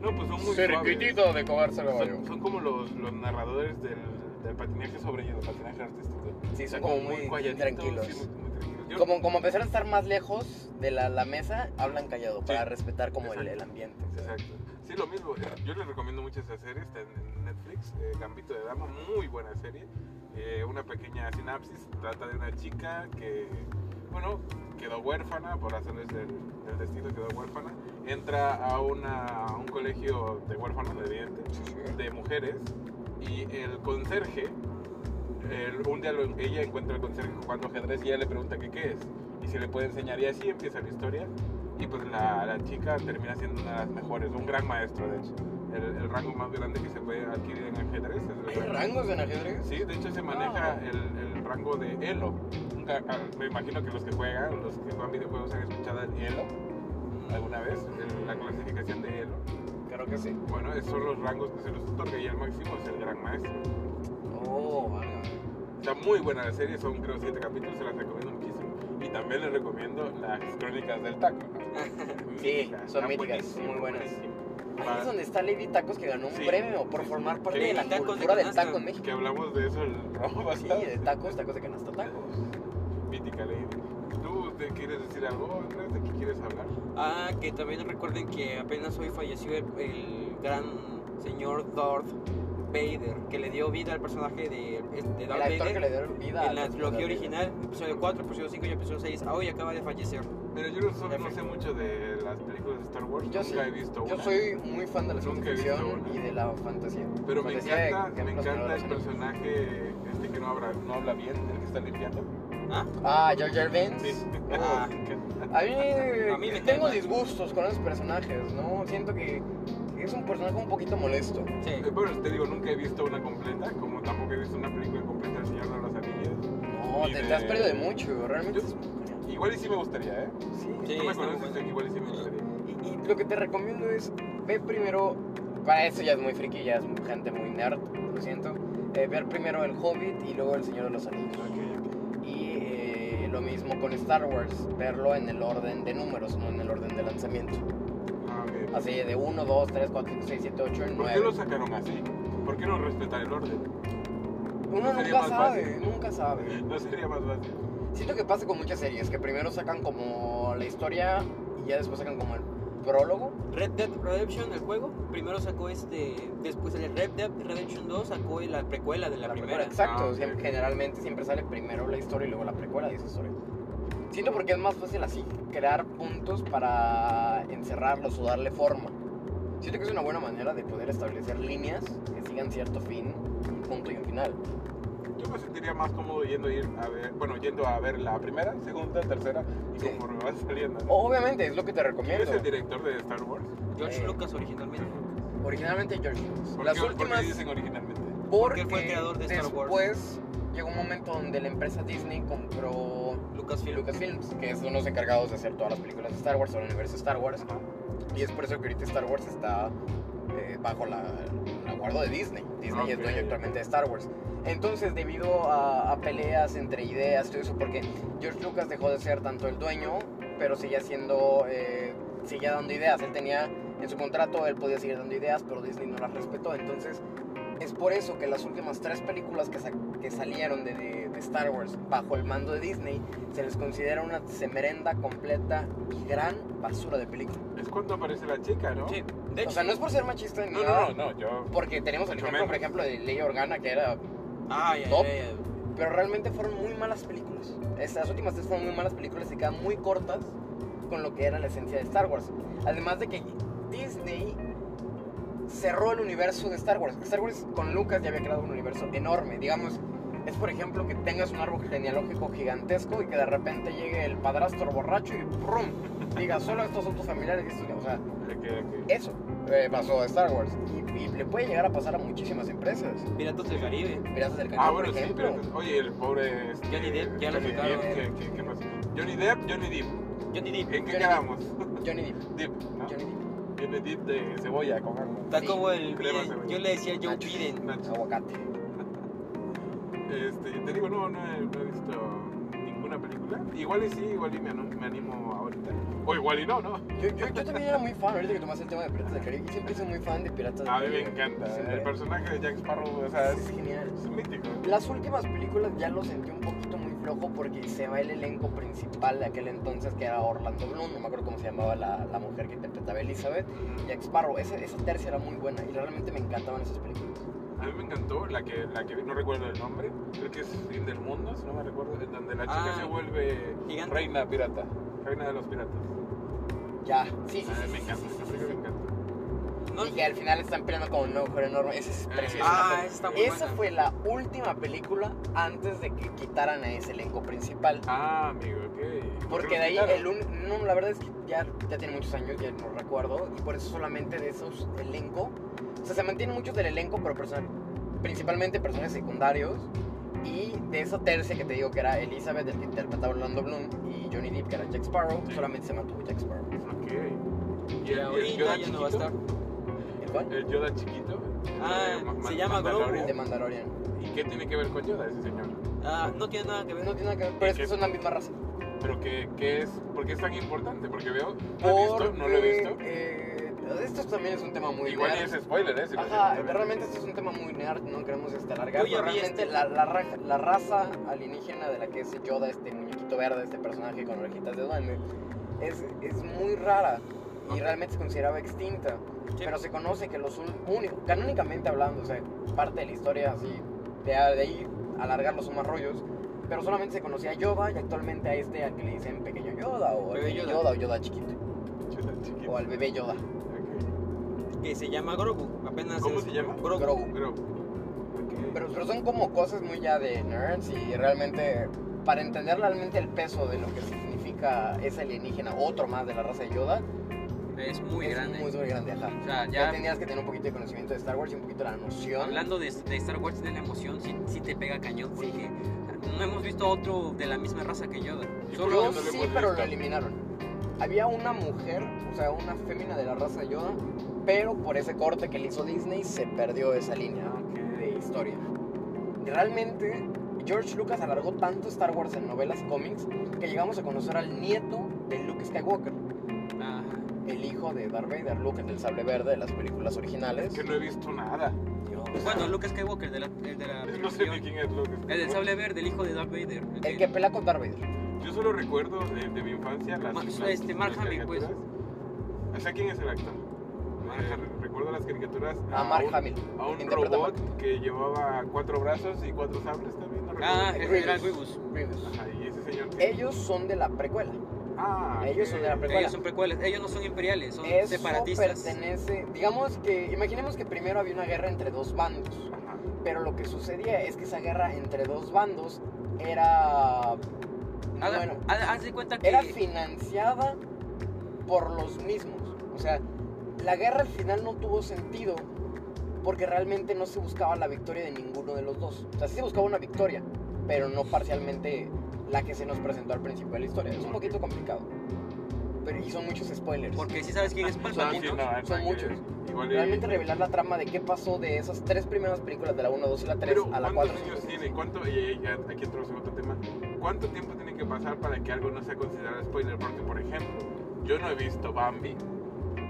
No, pues son muy suaves. Cerquitito de comerse el caballo. Son, son como los, los narradores del, del patinaje sobre hielo, patinaje artístico. Sí, son Están como muy calladitos, tranquilos. sí, muy- muy tranquilos. Yo- Como, como a pesar de estar más lejos de la, la mesa, hablan callado para respetar como el, Exacto. el ambiente. Exacto. Sí, lo mismo. eh, Yo les recomiendo mucho esa serie. Está en- en Netflix. eh, Gambito de Dama. Muy buena serie. Eh, una pequeña sinapsis. Trata de una chica que, bueno, quedó huérfana por razones del, del destino. Quedó huérfana. Entra a, una, a un colegio de huérfanos, de evidente, de mujeres. Y el conserje, el- un día lo- ella encuentra al conserje jugando ajedrez y ella le pregunta que qué es. Y si le puede enseñar. Y así empieza la historia. Y pues la, la chica termina siendo una de las mejores, un gran maestro, de hecho. El, el rango más grande que se puede adquirir en ajedrez es el ¿Hay gran- rangos en ajedrez? Sí, de hecho se maneja el, el rango de Elo. Nunca- ah, me imagino que los que juegan, los que juegan videojuegos han escuchado el Elo alguna vez, el- la clasificación de Elo. Claro que sí. Bueno, esos son los rangos que se los otorga y el máximo es el gran maestro. Oh, vale. Está muy buena la serie, son creo siete capítulos, se las recomiendo muchísimo. Y también les recomiendo las crónicas del taco. ¿no? [laughs] Sí, son están míticas, son muy buenas. buenísimo. Ahí es donde está Lady Tacos que ganó un Ah. Sí. premio por formar parte Sí, de la tacos de cultura del canasta. taco en México. Que hablamos de eso el programa Sí, pasado. de tacos, tacos de canasta, tacos. Mítica Lady. ¿Tú te quieres decir algo, Andrés? ¿De qué quieres hablar? Ah, que también recuerden que apenas hoy falleció el, el gran señor Darth Vader, que le dio vida al personaje de, de El Darth actor que Vader le dio vida. a en la los trilogía Darth Vader. original, episodio 4, episodio 5 y episodio 6. Ah, Hoy acaba de fallecer. Mira, yo no, so- no sé mucho de las películas de Star Wars. Yo nunca sí. he visto una. Yo soy muy fan de la ciencia Nunca he visto ficción una. y de la fantasía. Pero me Fantasía de encanta, me ejemplos que no encanta el los conozco. personaje este que no habla, no habla bien, el que está limpiando. ¿Ah? Ah, George Vance. Ah. A mí, A mí me tengo cae mal. disgustos con esos personajes, ¿no? Siento que es un personaje un poquito molesto. Sí. Eh, Bueno, te digo, nunca he visto una completa, como tampoco he visto una película completa del Señor de los Anillos. No, Y te, de- te has perdido de mucho, realmente. Yo- es muy buena. Igual y sí me gustaría, ¿eh? Sí. Sí, Tú me está muy conoces, buena. igual y sí me gustaría. Y, y lo que te recomiendo es, ve primero, para eso ya es muy friki, ya es gente muy nerd, lo siento, eh, ver primero El Hobbit y luego El Señor de los Anillos. Y eh, lo mismo con Star Wars, verlo en el orden de números, no en el orden de lanzamiento. Ah, ok. Así de 1, 2, 3, 4, 5, 6, 7, 8, ¿Por qué lo 9. sacaron así? ¿Por qué no respetar el orden? Uno sería nunca más sabe, fácil? nunca sabe. ¿No sería más fácil? Siento que pasa con muchas series, que primero sacan como la historia y ya después sacan como el prólogo. Red Dead Redemption, el juego, primero sacó este, después el Red Dead Redemption 2 sacó la precuela de la, primera. Exacto, Ah, ok. siempre- generalmente siempre sale primero la historia y luego la precuela de esa historia. Siento porque es más fácil así, crear puntos para encerrarlos o darle forma. Siento que es una buena manera de poder establecer líneas que sigan cierto fin, un punto y un final. Yo me sentiría más cómodo yendo a, ir a ver, bueno, yendo a ver la primera, segunda, tercera y Sí. Oh, conforme van saliendo. ¿no? O- Obviamente, es lo que te ¿Quién es recomiendo. el director de Star Wars? George Eh. Lucas originalmente. Originalmente George Lucas. ¿Por Las qué- por qué últimas dicen originalmente? Porque él fue el creador de Star Wars. Después llegó un momento donde la empresa Disney compró Lucasfilm. Lucasfilms, que son los encargados de hacer todas las películas de Star Wars o el universo Star Wars. Y es por eso que ahorita Star Wars está eh, bajo la, la guarda de Disney. Disney es Ok. dueño actualmente de Star Wars. Entonces, debido a, a peleas entre ideas, todo eso, porque George Lucas dejó de ser tanto el dueño, pero seguía siendo, eh, seguía dando ideas. Él tenía en su contrato, él podía seguir dando ideas, pero Disney no las respetó. Entonces, es por eso que las últimas tres películas que, sa- que salieron de, de- de Star Wars bajo el mando de Disney se les considera una semerenda completa y gran basura de película. Es cuando aparece la chica, ¿no? Sí, de hecho. O sea, no es por ser machista ni No, nada, no, no, no, yo. Porque tenemos el Mucho ejemplo, por menos. ejemplo, de Ley Organa, que era. Ah, ya, Top. ya, ya. Pero realmente fueron muy malas películas. Estas últimas tres fueron muy malas películas y quedan muy cortas con lo que era la esencia de Star Wars. Además de que Disney cerró el universo de Star Wars. Star Wars con Lucas ya había creado un universo enorme. Digamos, es por ejemplo que tengas un árbol genealógico gigantesco y que de repente llegue el padrastro borracho y ¡prum! Diga, solo estos son tus familiares y estos no". O sea, de que- de que- eso eh, pasó a Star Wars. Y, y le puede llegar a pasar a muchísimas empresas. Piratas del Caribe. Piratas del Caribe, Ah, bueno, por sí, ejemplo. pero. Oye, el pobre. Este, Johnny Depp, ya lo Johnny sacaron. Depp, ¿Qué, qué, qué pasó? Johnny Depp, Johnny Depp. Johnny Depp. ¿En qué Johnny quedamos? Johnny Depp. [laughs] Depp, ¿no? Johnny Depp. Johnny Depp de cebolla con agua. Está Sí. como el Crema, Biden. güey. Yo le decía Joe Nacho. Biden. Nacho. Aguacate. Este, te digo, no, no he, no he visto ninguna película. Igual y sí, igual y me, anu- me animo ahorita. O igual y no, ¿no? Yo, yo, yo también era muy fan, ahorita que tomaste el tema de Piratas del Caribe, yo siempre soy muy fan de Piratas del A mí Caribe. me encanta. eh, Siempre. El personaje de Jack Sparrow, o sea, Es es, genial. es mítico. Las últimas películas ya lo sentí un poquito muy flojo porque se va el elenco principal de aquel entonces que era Orlando Bloom, no me acuerdo cómo se llamaba la, la mujer que interpretaba a Elizabeth, Jack Sparrow. Esa, esa tercia era muy buena y realmente me encantaban esas películas. A mí me encantó la que, la que vi, no recuerdo el nombre, creo que es Fin del Mundo, si no me recuerdo, en donde la chica Ah. se vuelve Gigante. reina pirata, reina de los piratas. Ya, sí, sí, Ah, sí, me sí, encanta, sí, sí, esa sí, película sí. me encanta. No, Y que al final están peleando con una mujer enorme. Esa es Ah, preciosa. ah, está muy Esa buena. fue la última película antes de que quitaran a ese elenco principal. Ah, amigo, ok. Porque de ahí el un... No, la verdad es que ya, ya tiene muchos años, ya no recuerdo. Y por eso solamente de esos elenco... O sea, se mantienen muchos del elenco, pero person- principalmente personajes secundarios. Y de esa tercia que te digo que era Elizabeth, el que interpretaba a Orlando Bloom, y Johnny Depp, que era Jack Sparrow, Sí. solamente se mantuvo Jack Sparrow. Ok. Y y el, y el Yoda ahorita ya no va a estar. chiquito. ¿El cual? El Yoda chiquito. Ah, eh, Ma- se Ma- llama Grogu. Mandalorian. De Mandalorian. ¿Y qué tiene que ver con Yoda ese señor? Ah, no tiene nada que ver. No tiene nada que ver, pero es que son la misma raza. Pero qué, qué es, ¿por qué es tan importante? Porque veo, no he visto, no lo he visto. Porque, eh, esto también es un tema muy Igual y nerd. es spoiler, ¿eh? Si lo- Ajá, si lo- realmente esto es un tema muy nerd, no queremos este, alargar, Yo ya pero vi realmente este. la, la ra- la raza alienígena de la que es Yoda, este muñequito verde, este personaje con orejitas de duende, es, es muy rara y realmente se consideraba extinta, pero se conoce que los ul- únicos, canónicamente hablando, o sea, parte de la historia así, de, de ahí alargar los más rollos, pero solamente se conocía a Yoda y actualmente a este al que le dicen pequeño Yoda o al Bebé Mini Yoda. Yoda o Yoda chiquito Yoda chiquito. o al bebé Yoda. Ok. Que se llama Grogu. Apenas ¿Cómo es- se llama? Grogu. Grogu. Grogu. Ok. Pero, pero son como cosas muy ya de nerds y realmente para entender realmente el peso de lo que significa ese alienígena, otro más de la raza de Yoda, Es muy es grande. muy, muy grande, ajá. O sea, Ya ya tenías que tener un poquito de conocimiento de Star Wars y un poquito la noción. hablando de, de Star Wars de la emoción, sí, sí te pega cañón porque no hemos visto a otro de la misma raza que Yoda. Y por Solo Yo eso no lo sí, hemos pero lo visto. eliminaron. Había una mujer, o sea, una fémina de la raza de Yoda, pero por ese corte que le hizo Disney se perdió esa línea de historia. Realmente, George Lucas alargó tanto Star Wars en novelas y cómics que llegamos a conocer al nieto de Luke Skywalker, Ajá. el hijo de Darth Vader, Luke el del sable verde de las películas originales. Que no he visto nada. Dios. Bueno, Lucas Skywalker, de la, el de [laughs] la No sé ni trilogía. quién es Luke. El del sable verde, el hijo de Darth Vader. El que pelea con Darth Vader. Yo solo recuerdo de, de mi infancia las. Ma- las- este, Mark las Hamill, pues. caricaturas. O sea, ¿quién es el actor? Eh, recuerdo las caricaturas. A Mark un- Hamill. A un Interpreta a Mark. robot que llevaba cuatro brazos y cuatro sables también. No recuerdo. Ah, el general Grievous. Grievous. Ajá, y ese señor que. Ellos son de la precuela. ah, ellos son de la ok. precuela. Ellos son precuelas. Ellos no son imperiales, son Eso separatistas. pertenece, digamos que, imaginemos que primero había una guerra entre dos bandos, Ajá. pero lo que sucedía es que esa guerra entre dos bandos era, Haga- bueno, ha- haz de cuenta que era financiada por los mismos. O sea, la guerra al final no tuvo sentido porque realmente no se buscaba la victoria de ninguno de los dos. O sea, sí se buscaba una victoria, pero no parcialmente la que se nos presentó al principio de la historia. Es un poquito complicado. Pero, y son muchos spoilers. porque si sabes quién es Ah, Palpatine, sí, ¿no? no, es Son que- muchos. Igual eh, y- realmente revelar la trama de qué pasó de esas tres primeras películas, de la 1, 2 y la 3 Pero, a la 4. ¿cuántos años tiene? ¿Cuánto, y, y- y aquí entramos en otro tema. ¿Cuánto tiempo tiene que pasar para que algo no sea considerado spoiler? Porque, por ejemplo, yo no he visto Bambi.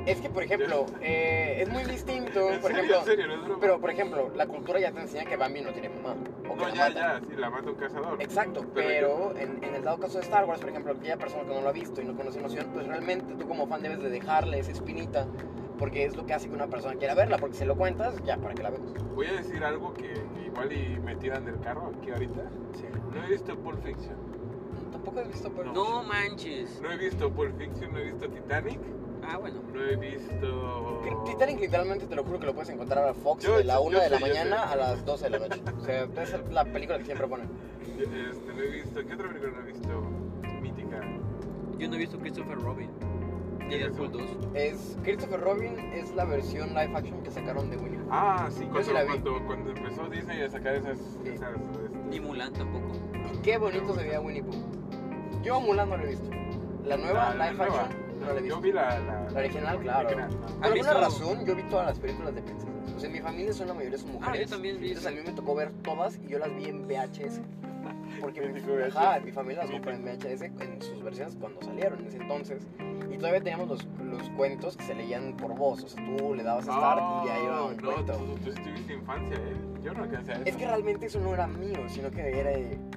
Es que, por ejemplo, eh, es muy distinto. [laughs] en Por serio, ejemplo, en serio, no es broma. pero, por ejemplo, la cultura ya te enseña que Bambi no tiene mamá. O que No, la ya, matan. ya, sí, la mata un cazador. Exacto, Pero pero, en, en el dado caso de Star Wars, por ejemplo, aquella persona que no lo ha visto y no conoce noción, pues realmente tú como fan debes de dejarle esa espinita, porque es lo que hace que una persona quiera verla, porque si lo cuentas, ya, para que la veas. Voy a decir algo que, que igual y me tiran del carro aquí ahorita. Sí. No he visto Pulp Fiction. Tampoco has visto, pero... No manches. No he visto Pulp Fiction, no he visto Titanic, Ah, bueno. no he visto... Que Titanic literalmente te lo juro que lo puedes encontrar a Fox Yo- de la yo- 1 yo de la sé, yo mañana sé. a las 12 de la noche. O sea, [laughs] esa es la película que siempre ponen. Este, no he visto... ¿Qué otra película no he visto? Mítica. Yo no he visto Christopher Robin. Ni ¿Qué es Deadpool 2. Es Christopher Robin es la versión live action que sacaron de Willy. Ah, sí, cuando, sí la vi. cuando, cuando empezó Disney a sacar esas... esas este, Ni Mulan tampoco. Y qué bonito se veía Winnie Pooh. Yo a Mulan no la he visto. La nueva, Ah, La- la live nueva. action, no la he Yo visto. vi la, la, La original, claro. original. Por alguna visto- razón, yo vi todas las películas de princesas. O sea, mi familia son la mayoría son Ah, mujeres. yo también vi. Entonces a mí me tocó ver todas y yo las vi en [laughs] VHS. Porque mi, Mítico VHS. ajá, mi familia las compró en VHS en sus versiones cuando salieron en ese entonces. Y todavía teníamos los, los cuentos que se leían por voz. O sea, tú le dabas a estar y ahí era un no, cuento. tú, tú sí tuviste infancia, ¿eh? Yo no alcancé a eso. Es que realmente eso no era mío, sino que era,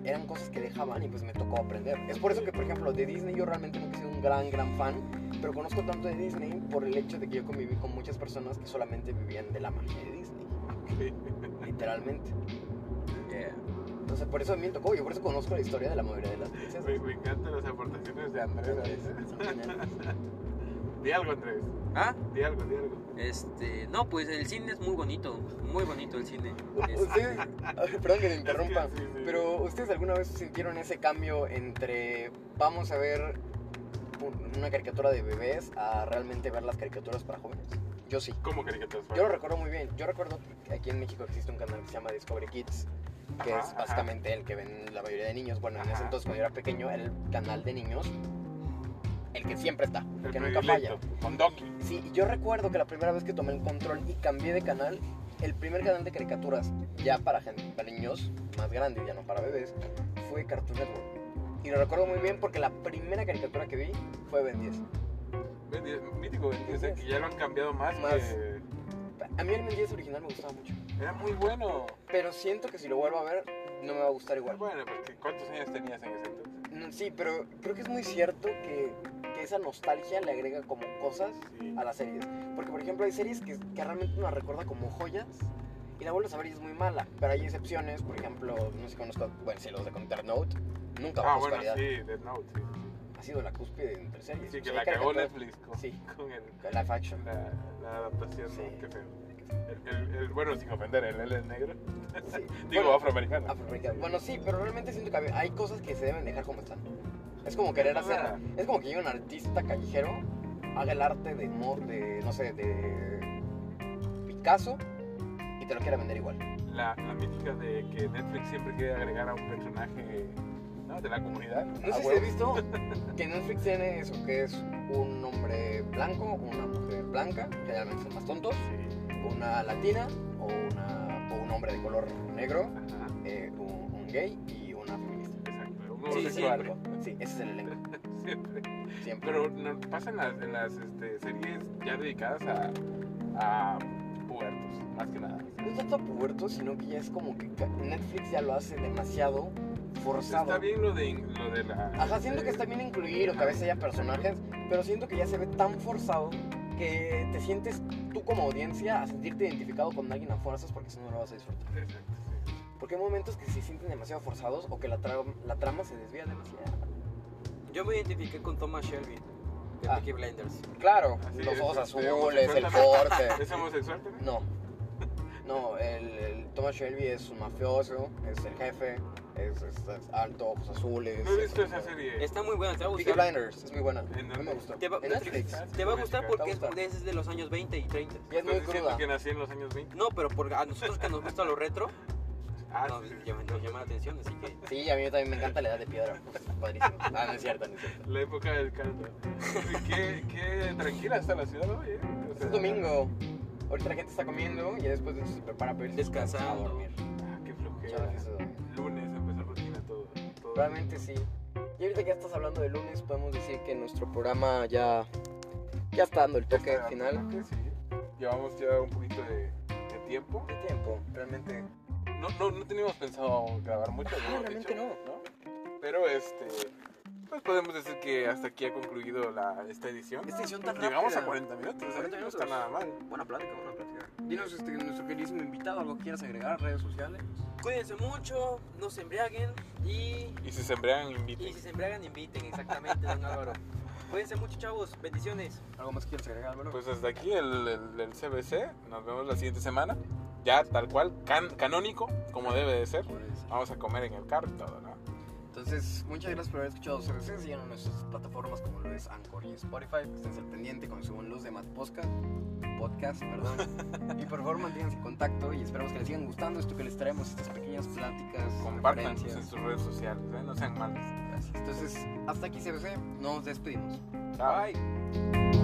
eran cosas que dejaban y pues me tocó aprender. Es por eso que, por ejemplo, de Disney yo realmente nunca he sido un gran, gran fan, pero conozco tanto de Disney por el hecho de que yo conviví con muchas personas que solamente vivían de la magia de Disney, Sí. literalmente. Yeah. Entonces, por eso a mí me tocó, yo por eso conozco la historia de la mayoría de las princesas. Me, me encantan las aportaciones de Andrés. a veces. Son geniales. Di algo, Andrés. Ah, Di algo, di algo. este. No, pues el cine es muy bonito. Muy bonito [laughs] el cine. Es- Ustedes, perdón que te interrumpa, Es que sí, sí. pero ¿ustedes alguna vez sintieron ese cambio entre vamos a ver un- una caricatura de bebés a realmente ver las caricaturas para jóvenes? Yo sí. ¿Cómo caricaturas? Yo lo recuerdo muy bien. Yo recuerdo que aquí en México existe un canal que se llama Discovery Kids, que Ajá, es ajá. básicamente el que ven la mayoría de niños. Bueno, en ese Ajá. entonces cuando yo era pequeño era el canal de niños, el que siempre está, el El que nunca falla. predilecto, Con Doki. Sí, y yo recuerdo que la primera vez que tomé el control y cambié de canal, el primer canal de caricaturas, ya para, gente, para niños más grandes, ya no para bebés, fue Cartoon Network. Y lo recuerdo muy bien porque la primera caricatura que vi fue Ben 10. Ben 10, Mítico, Ben 10, o sea, que ya lo han cambiado más, Más. que- A mí el Ben 10 original me gustaba mucho, Era muy bueno. pero siento que si lo vuelvo a ver no me va a gustar igual. Bueno, porque ¿cuántos años tenías en ese entonces? Mm, Sí, pero creo que es muy cierto que, que esa nostalgia le agrega como cosas Sí. a las series. Porque, por ejemplo, hay series que, que realmente uno la recuerda como joyas y la vuelves a ver y es muy mala. Pero hay excepciones, por ejemplo, no sé si conozco, bueno, si los de Counter Note, nunca Ah, bajó su bueno, calidad. sí, Death Note, sí. Ha sido la cúspide entre series. Sí, O que sea, la hay cagó caricaturas- Netflix con, Sí. con el- con Live [laughs] action. la, la adaptación. Sí. Qué feo. El, el- el- bueno, sin ofender, el L es negro. Sí. Digo, Bueno, afroamericano. afroamericano. Bueno, sí, pero realmente siento que hab- hay cosas que se deben dejar como están. Es como querer O sea, hacer. Es como que llegue un artista callejero, haga el arte de, mo- de no sé, de Picasso y te lo quiera vender igual. La, la mítica de que Netflix siempre quiere agregar a un personaje ¿no? de la comunidad. No sé Ah, si huevo. has [laughs] visto que Netflix tiene eso, que es un hombre blanco, una mujer blanca, generalmente son más tontos, Sí. una latina o, una, o un hombre de color negro, Ajá, eh, un, un gay y una feminista. exacto. Un Sí, homosexual. Sí, ese es el elenco, Siempre. siempre. Pero no, pasa en las, en las este, series ya dedicadas a, a pubertos, más que nada. No es tanto puberto, sino que ya es como que ca- Netflix ya lo hace demasiado forzado. Está bien lo de, lo de la. Ajá, siento que está bien incluir o que a veces haya personajes, pero siento que ya se ve tan forzado que te sientes tú como audiencia a sentirte identificado con alguien a fuerzas porque si no lo vas a disfrutar. Exacto, sí. Porque hay momentos que se sienten demasiado forzados o que la, tra- la trama se desvía demasiado. Yo me identifiqué con Thomas Shelby de Ah. Peaky Blinders. Claro, Así los es, ojos este, azules, el homosexual corte. [laughs] ¿Es homosexual también? No, no, el, el Thomas Shelby es un mafioso, es el jefe, es, es- es alto, ojos azules. No he es- visto esa serie. Está muy buena, te va a Peaky gustar. Blinders, es muy buena. ¿En A mí me dónde? gustó. Te va- En Netflix. Te va a gustar porque es Te va a gustar. es de los años 20 y 30. Y es muy ¿Estás diciendo cruda. que nací en los años 20? No, pero por, a nosotros que nos gusta lo retro, Ah, nos, sí, sí, llama, nos llama la atención, así que... Sí, a mí también me encanta la edad de piedra. Padrísimo. Ah, no es cierto, no es cierto. La época del caldo. qué, qué tranquila está la ciudad hoy, ¿eh? O Este sea, es domingo. Ahorita la gente está comiendo y después de eso se prepara para irse a su casa a Descansando. dormir. ah, qué Muchas flojera. gracias, Eduardo. Lunes empezó rutina todo. todo. Probablemente sí. Y ahorita que ya estás hablando de lunes, podemos decir que nuestro programa ya, ya está dando el toque Este, final. creo que Sí. Llevamos ya un poquito de, de tiempo. ¿Qué tiempo? Realmente. No, no, no teníamos pensado grabar mucho. Ah, habíamos realmente dicho, no. Pero este. Pues podemos decir que hasta aquí ha concluido la, esta edición. Esta edición tan Llegamos rápida. a 40 minutos, ¿eh? 40 no está minutos. nada mal. Buena plática, buena plática. Dinos, este, nuestro queridísimo invitado, algo que quieras agregar, redes sociales. Cuídense mucho, no se embriaguen y... Y si se embriagan, Y inviten. si se embriagan, inviten, exactamente, don Álvaro. Cuídense mucho, chavos. Bendiciones. Algo más que quieras agregar, Álvaro. Pues hasta aquí el, el- el CBC. Nos vemos la siguiente semana. Ya tal cual, can- canónico, como debe de ser. Vamos a comer en el carro y todo, ¿no? Entonces, muchas gracias por haber escuchado CBC. Sigan en nuestras plataformas como lo es Anchor y Spotify. que Estén al pendiente con su los de Matt Podcast. Podcast, perdón. y por favor, manténganse en contacto y esperamos que les sigan gustando esto que les traemos, estas pequeñas pláticas. Compartan en referencias. sus redes sociales, ¿eh? No sean malos. Entonces, hasta aquí se los sé. Nos despedimos. Ah. Bye.